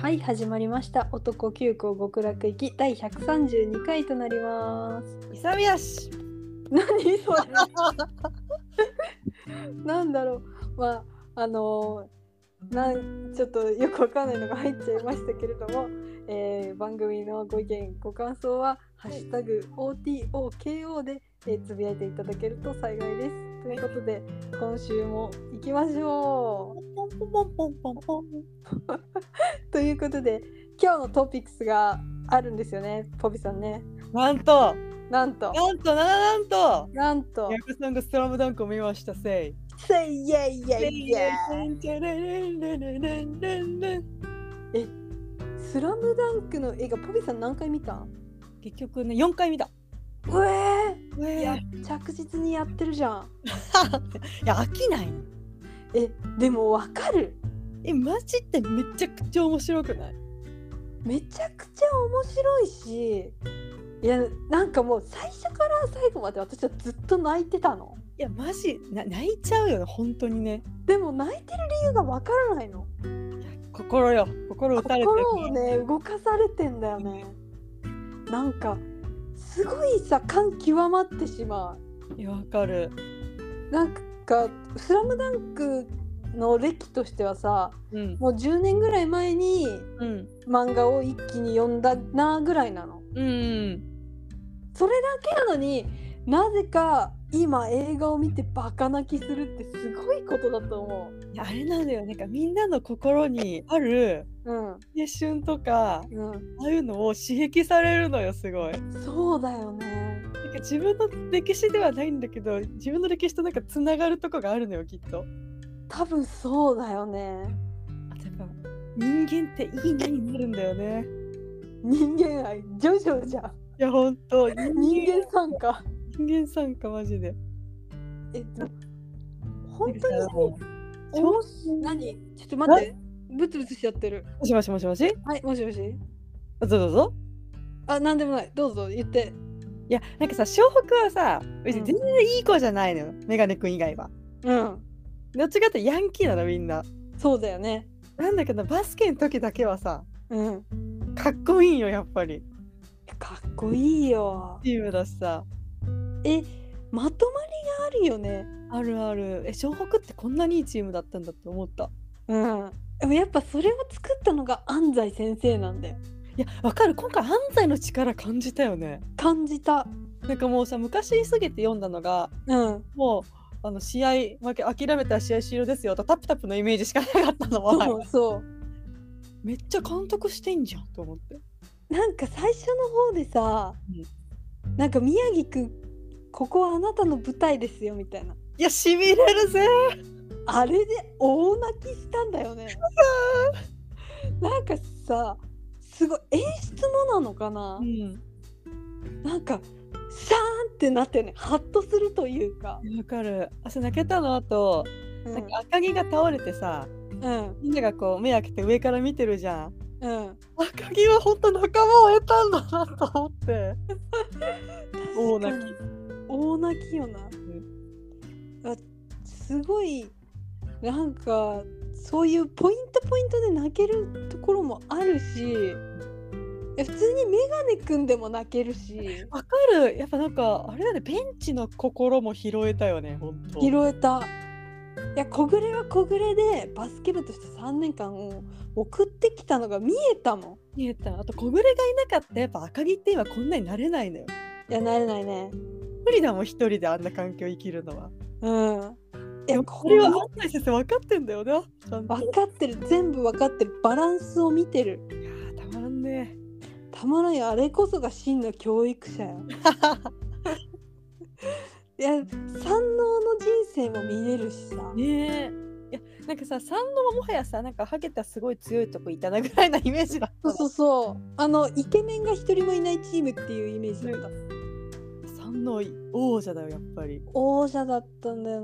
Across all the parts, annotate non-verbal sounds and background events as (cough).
はい始まりました男急行極楽行き第132回となります (laughs) 勇み足何それ (laughs) なんだろうまああのーなんちょっとよくわかんないのが入っちゃいましたけれども、えー番組のご意見ご感想は「ハッシュタグ #OTOKO」で、えーつぶやいていただけると幸いですということで今週も行きましょうポンポンポンポンポンということで今日のトピックスがあるんですよねポビさんねなんとなんとなんとななんとなんとヤブさんがスラムダンクを見ましたせい。 「せいやいやいやスラムダンクの映画ポビさん何回見た結局ね4回見た。うえいー、いやや着実にやってるじゃん (laughs) いや飽きないの。えでもわかるえマジってめちゃくちゃ面白くない。めちゃくちゃ面白いしいやなんかもう最初から最後まで私はずっと泣いてたのいやマジな泣いちゃうよね本当にね。でも泣いてる理由がわからないのいや心よ心打たれてる心をね動かされてんだよねなんかすごいさ感極まってしまいやわかる。うなんか「スラムダンクの歴としてはさうんもう10年ぐらい前にうん漫画を一気に読んだなぐらいなのうん。それだけなのになぜか今映画を見てバカ泣きするってすごいことだと思いやあれなんだよなんかみんなの心にあるううん青春とかうんああいうのを刺激されるのよすごい。なんかそうだよね自分の歴史ではないんだけど自分の歴史となんかつながるとこがあるのよきっと。多分そうだよねあとやっぱ人間っていいなになるんだよね。人間愛ジョジョじゃんいやほんと (laughs) 人人間参加人間さんかマジで。えっと、本当なんにかもうおもし、何ちょっと待って、ブツブツしちゃってる。もしもしもしもしはい、もしもし。どうぞどうぞ。あ、なんでもない、どうぞ言って。いやなんかさ湘北はさ別に全然いい子じゃないのよ、メガネくん以外は。うん、どっちかってヤンキーなのみんな。そうだよね。なんだけどバスケの時だけはさうん。かっこいいよやっぱり。かっこいいよ。チームだしさ。え、まとまりがあるよね。あるあるえ湘北ってこんなにいいチームだったんだって思ったうん。でもやっぱそれを作ったのが安西先生なんだよ。いやわかる今回安西の力感じたよね感じた。なんかもうさ昔すぎて読んだのがうん。もうあの試合負け諦めたら試合終了ですよとタプタプのイメージしかなかったのそはうそう。めっちゃ監督してんじゃんと思ってなんか最初の方でさ、なんか宮城くん、ここはあなたの舞台ですよみたいな。いやしびれるぜあれで大泣きしたんだよね。なんかさすごい演出もなのかな、んなんかシャーンってなってねハッとするというか。わかる朝泣けたのあと、うんなんか赤城が倒れてさうんみんながこう目開けて上から見てるじゃんうん、赤城は本当仲間を得たんだなと思って大泣き確かに大泣きよな、あすごいなんかそういうポイントポイントで泣けるところもあるしえ普通に眼鏡くんでも泣ける (laughs) しわかるやっぱなんかあれだねベンチの心も拾えたよねほんと拾えたいや小暮は小暮でバスケ部として3年間を送ってきたのが見えたも見えたあと小暮がいなかったらやっぱ赤城って今こんなになれないのよんいやなれないね無理だもん一人であんな環境生きるのはうんいでやもここれれはは安西先生分かってんだよなちゃんと分かってる全部分かってるバランスを見てるいやーたまらんねたまらんよあれこそが真の教育者 (laughs) よいや三能の人生も見れるしさねえいやなんかさ三のももはやさなんかハゲたすごい強いとこいたなぐらいなイメージだっそうたのそうそうあのイケメンが一人もいないチームっていうイメージだった三の王者だよやっぱり王者だったんだよ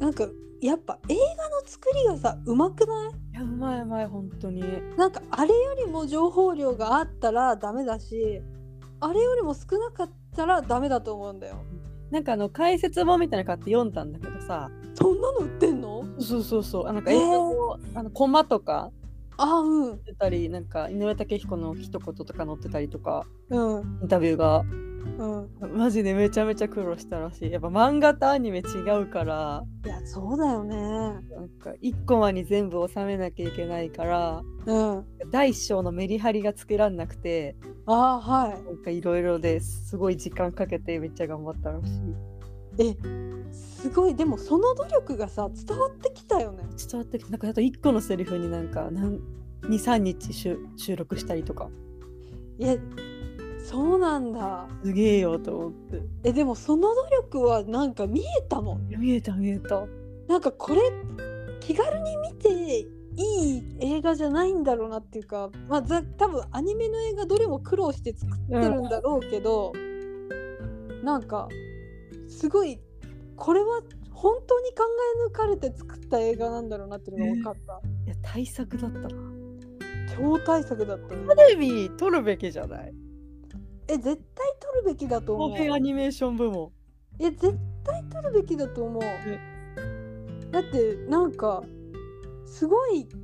ななんかやっぱ映画の作りがさうまくないいやうまいうまい本当になんかあれよりも情報量があったらダメだしあれよりも少なかったらダメだと思うんだよなんかあの解説本みたいなの買って読んだんだけどさそんなの売ってんのそうそうそうあなんかえー映画の,、あのコマとかあうん載ってたりなんか井上武彦の一言とか載ってたりとかうんインタビューがうんマジでめちゃめちゃ苦労したらしいやっぱ漫画とアニメ違うからいやそうだよねなんか1コマに全部収めなきゃいけないからうん第1章のメリハリがつけらんなくてあはなんかいろいろですごい時間かけてめっちゃ頑張ったらしい。いえすごいでもその努力がさ伝わってきたよね伝わってきてなんかあと1個のセリフになんかなん23日収収録したりとかいやそうなんだすげえよと思ってえでもその努力はなんか見えたもんいや見えた見えたなんかこれ気軽に見ていい映画じゃないんだろうなっていうかまあざ多分アニメの映画どれも苦労して作ってるんだろうけど、なんかすごいこれは本当に考え抜かれて作った映画なんだろうなっていうのが分かった、いや対策だったな超大作だったねテレビ撮るべきじゃないえ絶対撮るべきだと思長う編アニメーション部門え絶対撮るべきだと思うえだってなんかすごい緻密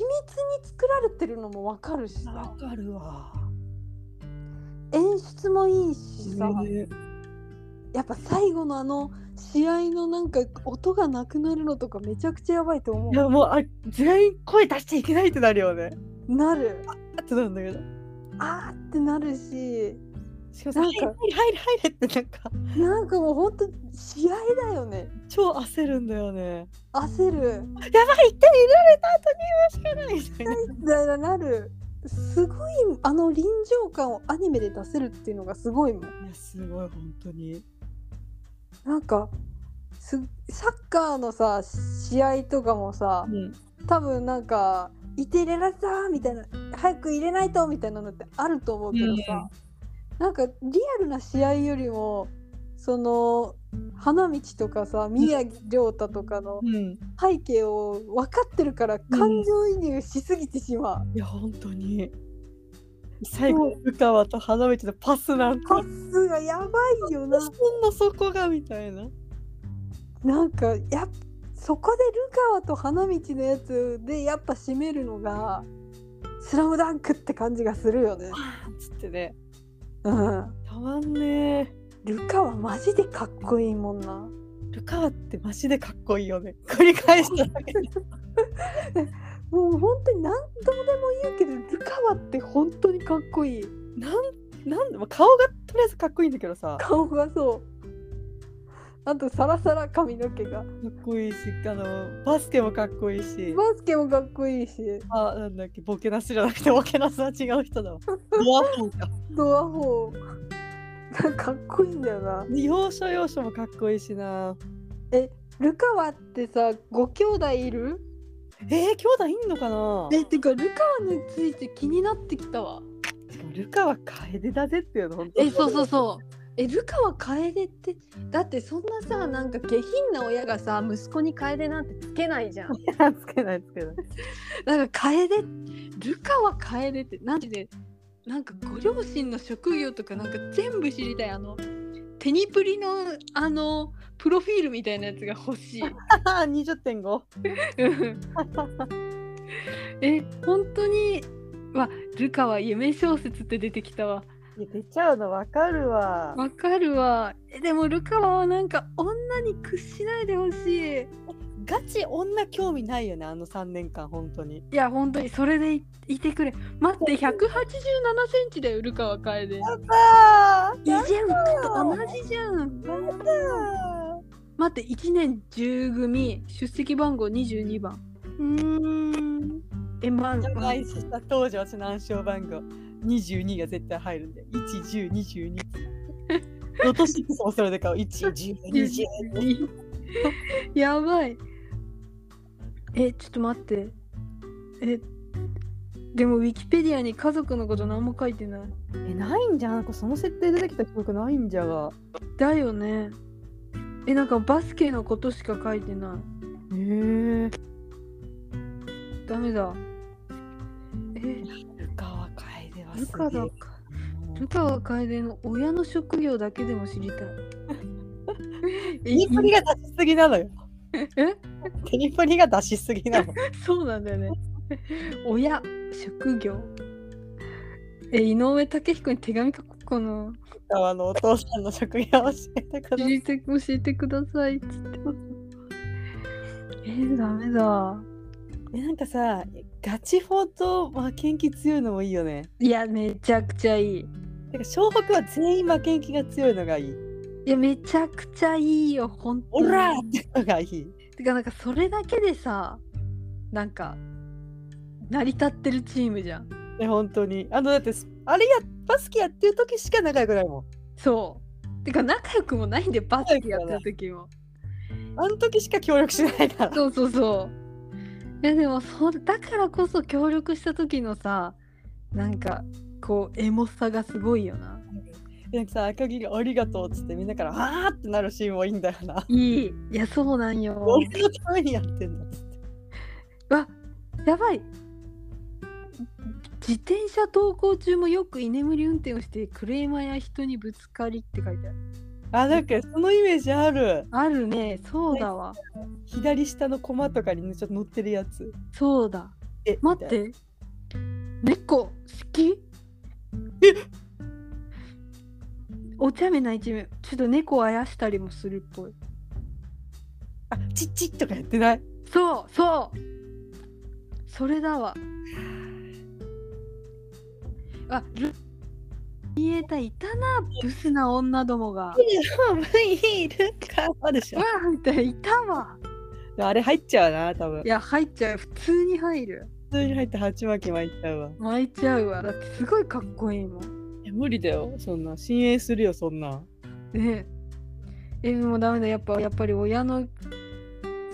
に作られてるのもわかるしさわかるわ演出もいいしさねやっぱ最後のあの試合のなんか音がなくなるのとかめちゃくちゃやばいと思いやもうあ全員声出しちゃいけないってなるよねうなるあってなるんだけどあーってなるししかもなん入かれ入れ入れってなんかなんかもうほんと試合だよね超焦るんだよね焦るやばい一回入れられた後に言うしかないみたいなみたいななるすごいあの臨場感をアニメで出せるっていうのがすごいもんいやすごい本当になんかすサッカーのさ試合とかもさうん多分なんか「いて入れられた!」みたいな「早く入れないと!」みたいなのってあると思うけどさ、なんかリアルな試合よりもその花道とかさ宮城亮太とかのうん背景を分かってるから感情移入しすぎてしまう。いや本当に最後ルカワと花道のパスなんてパスがやばいよな一。瞬の底がみたいななんかやっそこでルカワと花道のやつでやっぱ締めるのが「スラムダンクって感じがするよね。つってねうん、たまんねえルカワマジでかっこいいもんな。ルカワってマジでかっこいいよね繰り返しただけでもう本当に何度でも言うけどルカワって本当にかっこいいなんなんまあ顔がとりあえずかっこいいんだけどさか顔がそうあとサラサラ髪の毛がっこいいしあのバスケもかっこいいしバスケもかっこいいしあなんだっけボケナスじゃなくてボケナスは違う人だわドアフォンかドアホー (laughs) かっこいいんだよな要所要所もかっこいいしなルカワってさご兄弟いるえー、兄弟いんのかなえてかルカワについて気になってきたわしかもルカは楓だぜっていうの本当えそうそうそうえルカワ楓ってだってそんなさなんか下品な親がさ息子に楓なんてつけないじゃんうつけないつけない (laughs) なんか楓ルカワ楓ってなんでねなんかご両親の職業とかなんか全部知りたいあのテニプリのあのプロフィールみたいなやつが欲 (laughs) しい (laughs) 20.5うんえ本当にわルカワ夢小説って出てきたわいや出ちゃうのわかるわわかるわえでもルカワはなんか女に屈しないでほしいガチ女興味ないよねあの3年間本当にいや本当にそれでいいてくれ待って1 8 7ンチだよルカワ楓いいじやったゃんと同じじゃん待って1年10組出席番号22番うーんえまあ開始した当時私の暗証番号22が絶対入るんで11022ロ (laughs) ト6もそれで買う11020 (laughs) やばいえちょっと待ってえでもウィキペディアに家族のこと何も書いてないえないんじゃんなんかその設定出てきた記憶ないんじゃがだよねえなんかバスケのことしか書いてないへえダメだえルカは楓はルすカげだえかルカは楓の親の職業だけでも知りたいテニプリが出しすぎなのよえテニプリが出しすぎなの (laughs) そうなんだよね親職業え井上武彦に手紙書こうかなあのお父さんの職業教えてくだ教さいえて教えてくださいっつってえー、ダメだえなんかさガチフォと負けん気強いのもいいよねいやめちゃくちゃいいてか湘北は全員負けん気が強いのがいいいやめちゃくちゃいいよ本当オにラーってのがいいてかなんかそれだけでさなんか成り立ってるチームじゃんね本当にあのだってスあれやバスケやってる時しか仲良くないもんそうてか仲良くもないんでバスケやってる時もあの時しか協力しないからそうそうそういやでもそだからこそ協力した時のさなんかこうエモさがすごいよななんかさ赤木が「ありがとう」っつってみんなから「あー」ってなるシーンもいいんだよないいいやそうなんよ俺のためにやってんだっつってわやばい自転車登校中もよく居眠り運転をしてクレーマーや人にぶつかりって書いてあるあなんかそのイメージあるあるねそうだわ左下のコマとかにねちょっと乗ってるやつそうだえ待って猫好きえお茶目な一面ちょっと猫をあやしたりもするっぽいあチッチッとかやってないそうそうそれだわあル見えたいたなブスな女どもがいるかでしうわみたいないたわあれ入っちゃうな多分いや入っちゃう普通に入る普通に入って鉢巻き巻いちゃうわ巻いちゃうわだってすごいかっこいいもんいや無理だよそんな親衛するよそんなねええもうダメだやっぱやっぱり親の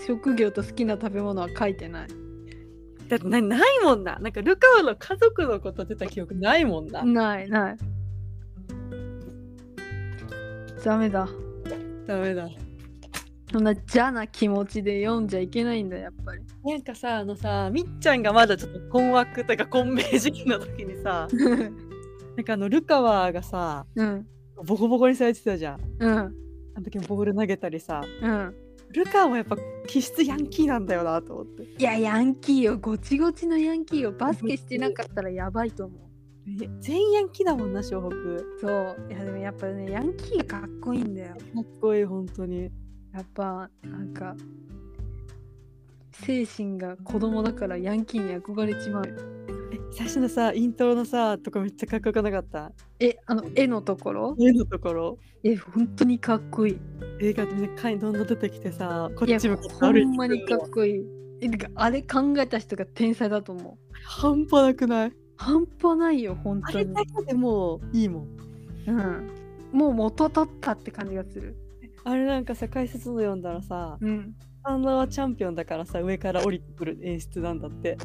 職業と好きな食べ物は書いてないだってなないもんななんかルカワの家族のこと出た記憶ないもんなないないダメだダメだそんな邪な気持ちで読んじゃいけないんだやっぱり (laughs) なんかさあのさみっちゃんがまだちょっと困惑というか混迷時期の時にさなんかあのルカワがさうんボコボコにされてたじゃんうんあの時もボール投げたりさうんルカワもやっぱ気質ヤンキーなんだよなと思っていやヤンキーよごちごちのヤンキーよバスケしてなかったらやばいと思うえ全員ヤンキーだもんな湘北そういやでもやっぱねヤンキーがかっこいいんだよかっこいい本当にやっぱなんか精神が子供だからヤンキーに憧れちまうよえ最初のさイントロのさとこめっちゃかっこよくなかったえあの絵のところ絵のところえ本当にかっこいい映画でみんなどんどん出てきてさこいやっち向かってほ歩いてんまにくかるっこいいえてかあれ考えた人が天才だと思う半端なくない半端ないよ本あ当れにだ、けでもういいもんうん、もう元取ったって感じがするあれなんかさ解説の読んだらさうんサンダはチャンピオンだからさ上から降りてくる演出なんだって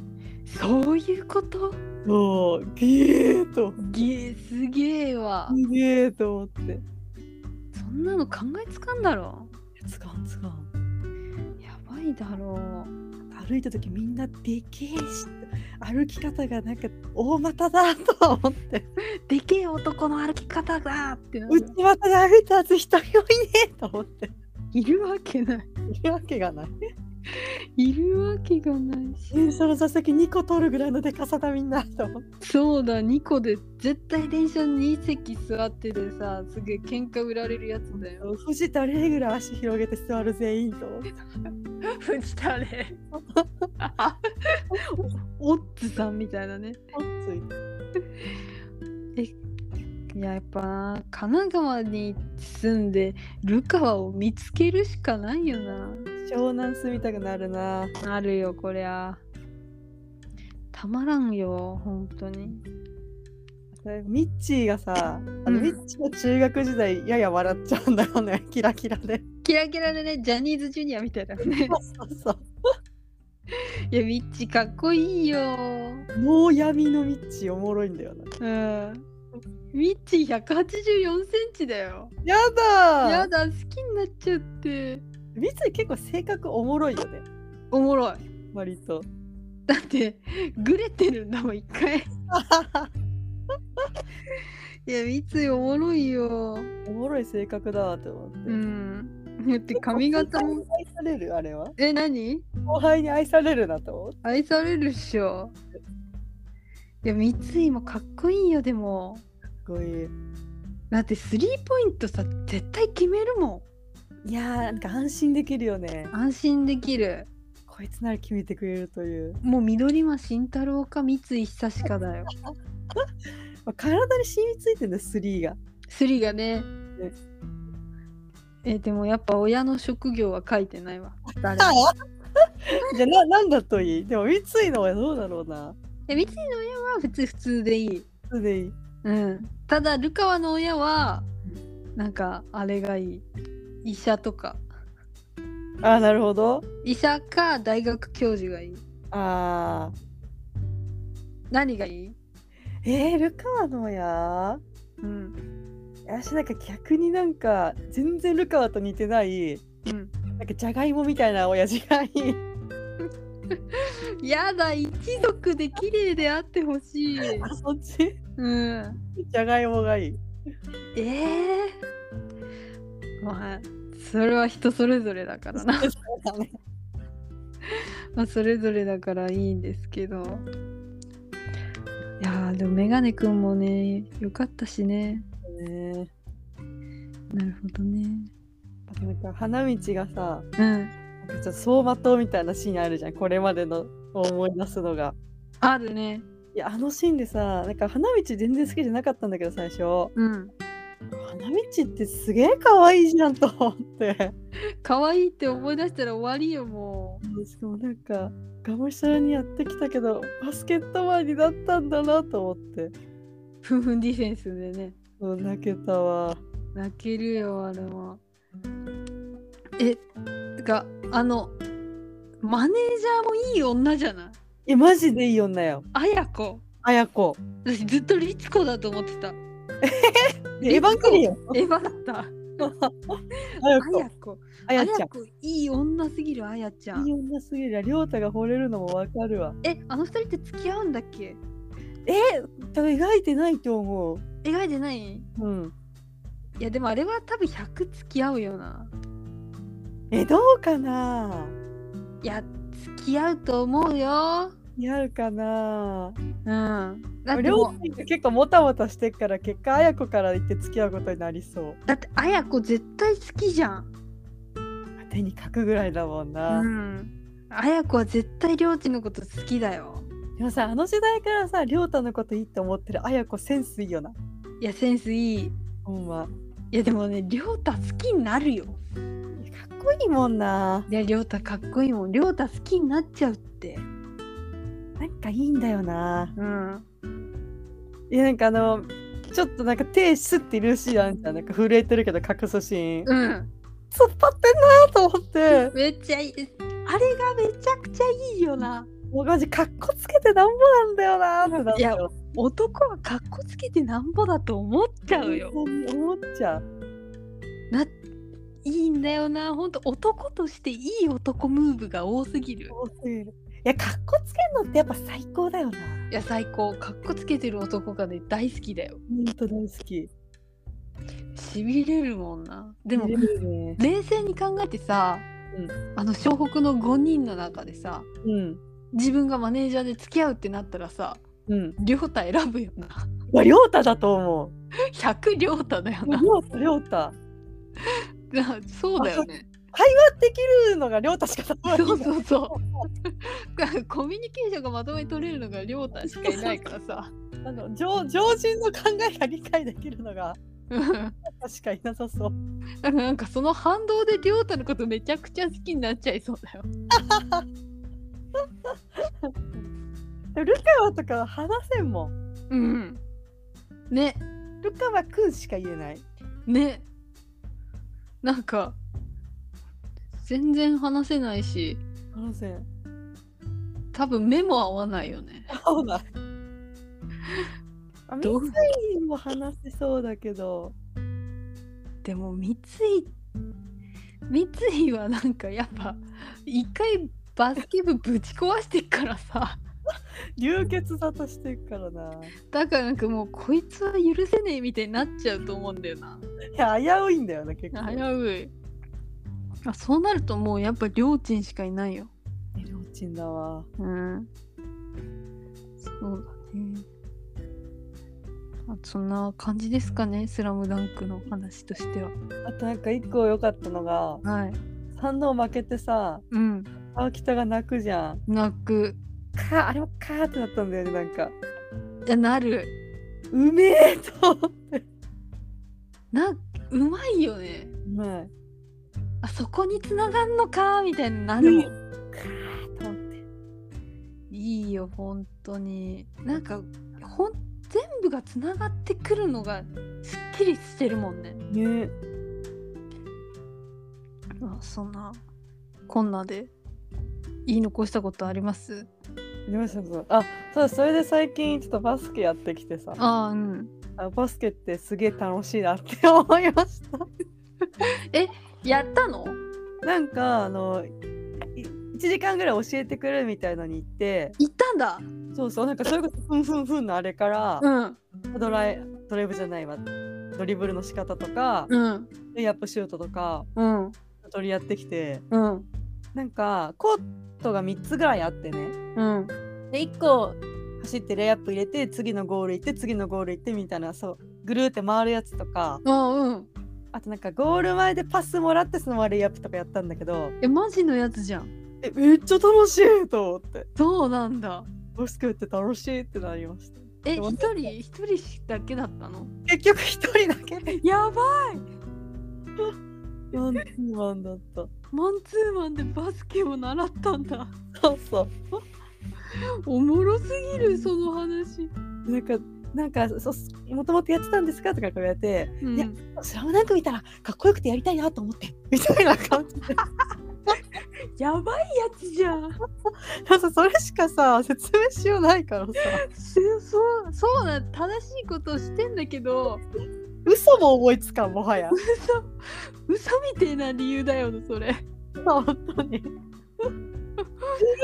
そういうことそうゲーとげえすげえわゲーと思ってそんなの考えつかんだろつかんつかんやばいだろ歩いた時みんなでけえし歩き方がなんか大股だと思ってでけえ男の歩き方だってなる内股で歩いたやつ一人もいねえと思っているわけないいるわけがないいるわけがないし電車の座席2個取るぐらいのでかさだみんなと思ってそうだ2個で絶対電車に2席座っててさすげえ喧嘩売られるやつだ (laughs) よ藤田レギュラー足広げて座る全員と思って藤田ねオッズさんみたいなねいややっぱな神奈川に住んでルカワを見つけるしかないよ湘南住みたくなるななあるよこりゃたまらんよ本当にミッチーがさあの、うんミッチーの中学時代やや笑っちゃうんだよね (laughs) キラキラでキラキラでねジャニーズジュニアみたいだねそうそういやミッチかっこいいよもう闇のミッチーおもろいんだようなんミッチ1 8 4センチだよやだーやだ好きになっちゃってミッチー結構性格おもろいよねおもろい割とだってグレてるんだもん一回 (laughs) いやミッチおもろいよおもろい性格だわって思って、うん。だって髪型も。愛されるあれは (laughs) え、何後輩に愛されるなと思って愛されるっしょいや三井もかっこいいよでもこういうだってスリーポイントさ絶対決めるもいやーなんか安心できるよねん安心できるこいつなら決めてくれるという、もう緑間慎太郎か三井久しかだよまあ、体に染みついてんだよスリーがスリーがねえでもやっぱ親の職業は書いてないわ誰も (laughs) じゃあななんだといいでも三井のはどうだろうなえ三井の親は普通普通でいい普通でいいうんただルカワの親はなんかあれがいい医者とかあーなるほど医者か大学教授がいいあー何がいいえー、ルカワのやうん私なんか逆になんか全然ルカワと似てないうんなんかじゃがいもみたいな親父がいいやだ一族で綺麗であってほしいあそっちうんじゃがいもがいいええまあそれは人それぞれだからなまあそれぞれだからいいんですけどいやーでもメガネくんもねよかったしねねなるほどねあとなんか花道がさうんなんかちょっと走馬灯みたいなシーンあるじゃんこれまでのを思い出すのがあるねいやあのシーンでさなんか花道全然好きじゃなかったんだけど最初うん花道ってすげえ可愛いじゃんと思って可愛いって思い出したら終わりよもしかもなんかがむしゃらにやってきたけどバスケットマンになったんだなと思ってうふんふんディフェンスでねうん泣けたわ泣けるよあれはえてかあのマネージャーもいい女じゃないえマジでいい女よ綾子あやこ私ずっとリチコだと思ってたエヴァンゲリオンエヴァだったあやこ綾子あや綾ちゃ子いい女すぎる綾ちゃんいんい女すぎるりょうたが惚れるのもわかるわえあの二人って付き合うんだっけ多分描いてないと思う描いてないいうんやでもあれは多分100付き合うよなえどうかないや付き合うと思うよやるかなうんだってりもょうたが結構もたもたしてっから結果あやこから言って付き合うことになりそううだって綾子絶対好きじゃん手に書くぐらいだもんな、うん。綾子は絶対りょうちんのこと好きだよ。でもさあの時代からさりょうたのこといいって思ってるあやこセンスいいよないやセンスいい。ほんまいやでもねりょうた好きになるよ。いやかっこいいもんないやりょうたかっこいいもん。りょうた好きになっちゃうって。なんかいいんだよなうん。いやなんかあのちょっとなんか手すってるシーンあるじゃんなんか震えてるけど隠すシーンうん。突っ張ってんなと思ってめっちゃいい。あれがめちゃくちゃいいよな。もうマジかっこつけてなんぼなんだよなってなっちゃう男はかっこつけてなんぼだと思っちゃうよ。本当に思っちゃういいんだよな。ほんと男としていい男ムーブが多すぎる。多すぎるいやかっこつけるのってやっぱ最高だよないや最高。かっこつけてる男がね大好きだよ。ほんと大好きしびれるもんな。でも見れるね冷静に考えてさ、うんあの湘北の5人の中でさうん自分がマネージャーで付き合うってなったらさうん亮太選ぶよな (laughs) うわりょうただと思う100亮太だよなりょうたりょうたなそうだよねできるのがりょうたしかないそうそうそう (laughs) だからコミュニケーションがまとめ取れるのが亮太しかいないからさあの常常人の考えが理解できるのがうん確かいなさそう。だからなんかその反動で亮太のことめちゃくちゃ好きになっちゃいそうだよでもルカワとかは話せんもん。うんねルカワくんしか言えない。ねなんか全然話せないし話せん。多分目も合わないよね。合わない。あ三どう井も話せそうだけど。でも三井三井はなんかやっぱ一回バスケ部ぶち壊してっからさ流血沙汰してるからな。だからなんかもうこいつは許せねえみたいになっちゃうと思うんだよないや危ういんだよね結構。危ういあそうなるともうやっぱりょうちんしかいないよい。チンだわ。うん。そうだね。あそんな感じですかね、スラムダンクの話としては。あとなんか一個良かったのが、はい。三能負けてさ、うん。青北が泣くじゃん。泣く。かーあれもかーってなったんだよねなんか。いや、なる。うめえと思って。な、うまいよね。まい。あそこに繋がんのかみたいになるもん。と思って。いいよ本当になんかほん全部がつながってくるのがすっきりしてるもんねねあそんなこんなで言い残したことありますえ。どうしたぞあそうそれで最近ちょっとバスケやってきてさあーうんあバスケってすげえ楽しいなって思いました (laughs) やったのなんかあの1時間ぐらい教えてくれるみたいのに行って行ったんだそうそうなんかそれこそふんふんふんのあれから、うんドライドライブじゃないわドリブルの仕方とか、うんレイアップシュートとかうん取りやってきてうんなんかコートが3つぐらいあってねうんで1個走ってレイアップ入れて次のゴール行って次のゴール行ってみたいなそうぐるーって回るやつとかあうんあとなんかゴール前でパスもらってそのままレイアップとかやったんだけどえマジのやつじゃんえめっちゃ楽しいと思ってそうなんだバスケって楽しいってなりましたえで一も人一人だけだったの結局一人だけでやばマンツーマンだったマンツーマンでバスケを習ったんだそうそうおもろすぎるその話、なんか、なんか、そもともとやってたんですかとかこうやって、うん、いやスラムダンク見たらかっこよくてやりたいなと思って、みたいな感じで。 (laughs) やばいやつじゃん。なんかそれしかさ、説明しようないからさ、せそうそうな正しいことをしてんだけど、嘘も思いつかん、もはや。嘘嘘みてえな理由だよねそ (laughs) れ。 (laughs) 本当 (laughs) に。中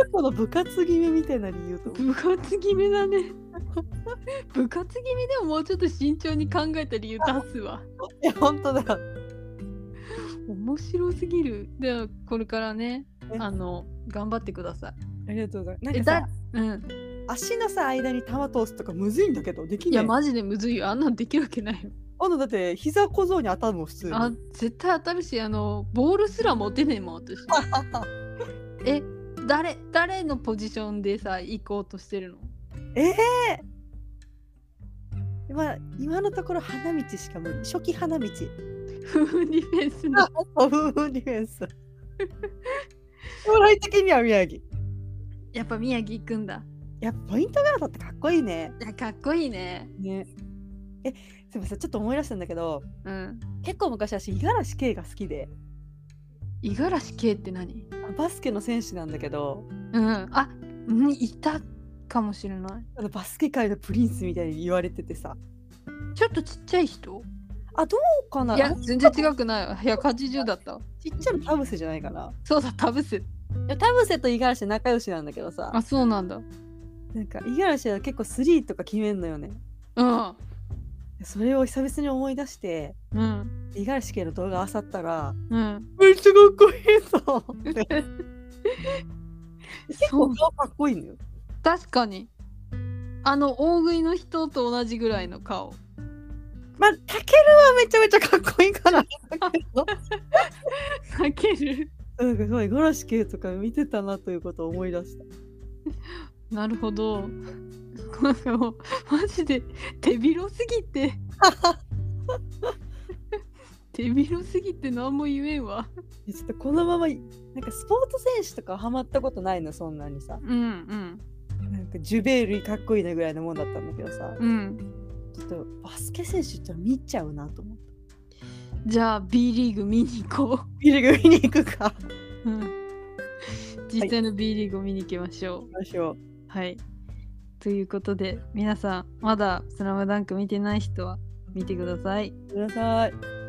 学校の部活決めみたいな理由と。部活決めだね。部活決めでももうちょっと慎重に考えた理由出すわ。いや、本当だよ。面白すぎる。ではこれからねえ、あの頑張ってくださありがとうございます。い。えなんかさだ、うん。足のさ、間に球通すとかむずいんだけど、できいなやい。マジでむずいよ。あんなんできるわけないよ。あの、だって、膝小僧に当たるの普通に。あ絶対当たるしあのボールすら持てねえもん (laughs) 私え誰誰のポジションでさ行こうとしてるのええまあ、今のところ花道しか無理。初期花道。夫婦ディフェンスのオフディフェンス。将来的には宮城。いやっぱ宮城行くんだや、ポイントガードってかっこいいね。いやかっこいいねね。え、すみません、ちょっと思い出したんだけど、うん結構昔私、五十嵐圭が好きで、五十嵐圭って何あバスケの選手なんだけど、うんあうんいたかもしれないあのバスケ界のプリンスみたいに言われててさ。ちょっとちっちゃい人あ、どうかないや全然違くないわ180だったわちっちゃな田臥じゃないかな。そうだタブスいや田臥と五十嵐仲良しなんだけどさあ、そうなんだなんか五十嵐は結構スリーとか決めんのよね。うんそれを久々に思い出してうん五十嵐系の動画あさったらうんめっちゃかっこいいぞ (laughs) って結そ構う顔かっこいいのよ確かにあの大食いの人と同じぐらいの顔まあたけるはめちゃめちゃかっこいい (laughs) からかけるなんかすごい五十嵐系とか見てたなということを思い出したなるほどなんかもうマジで手広すぎ (laughs) て手広すぎて何も言えんわえちょっとこのままなんかスポーツ選手とかはまったことないのそんなにさうんなんかジュベールかっこいいなぐらいのもんだったんだけどさうんうんちょっとバスケ選手って見ちゃうなと思ってじゃあ B リーグ見に行こビリグ見に行くかう、うん、実際の B リーグを見に行きましょう行きましょうはい。ということで、皆さん、まだスラムダンク見てない人は見てください。ください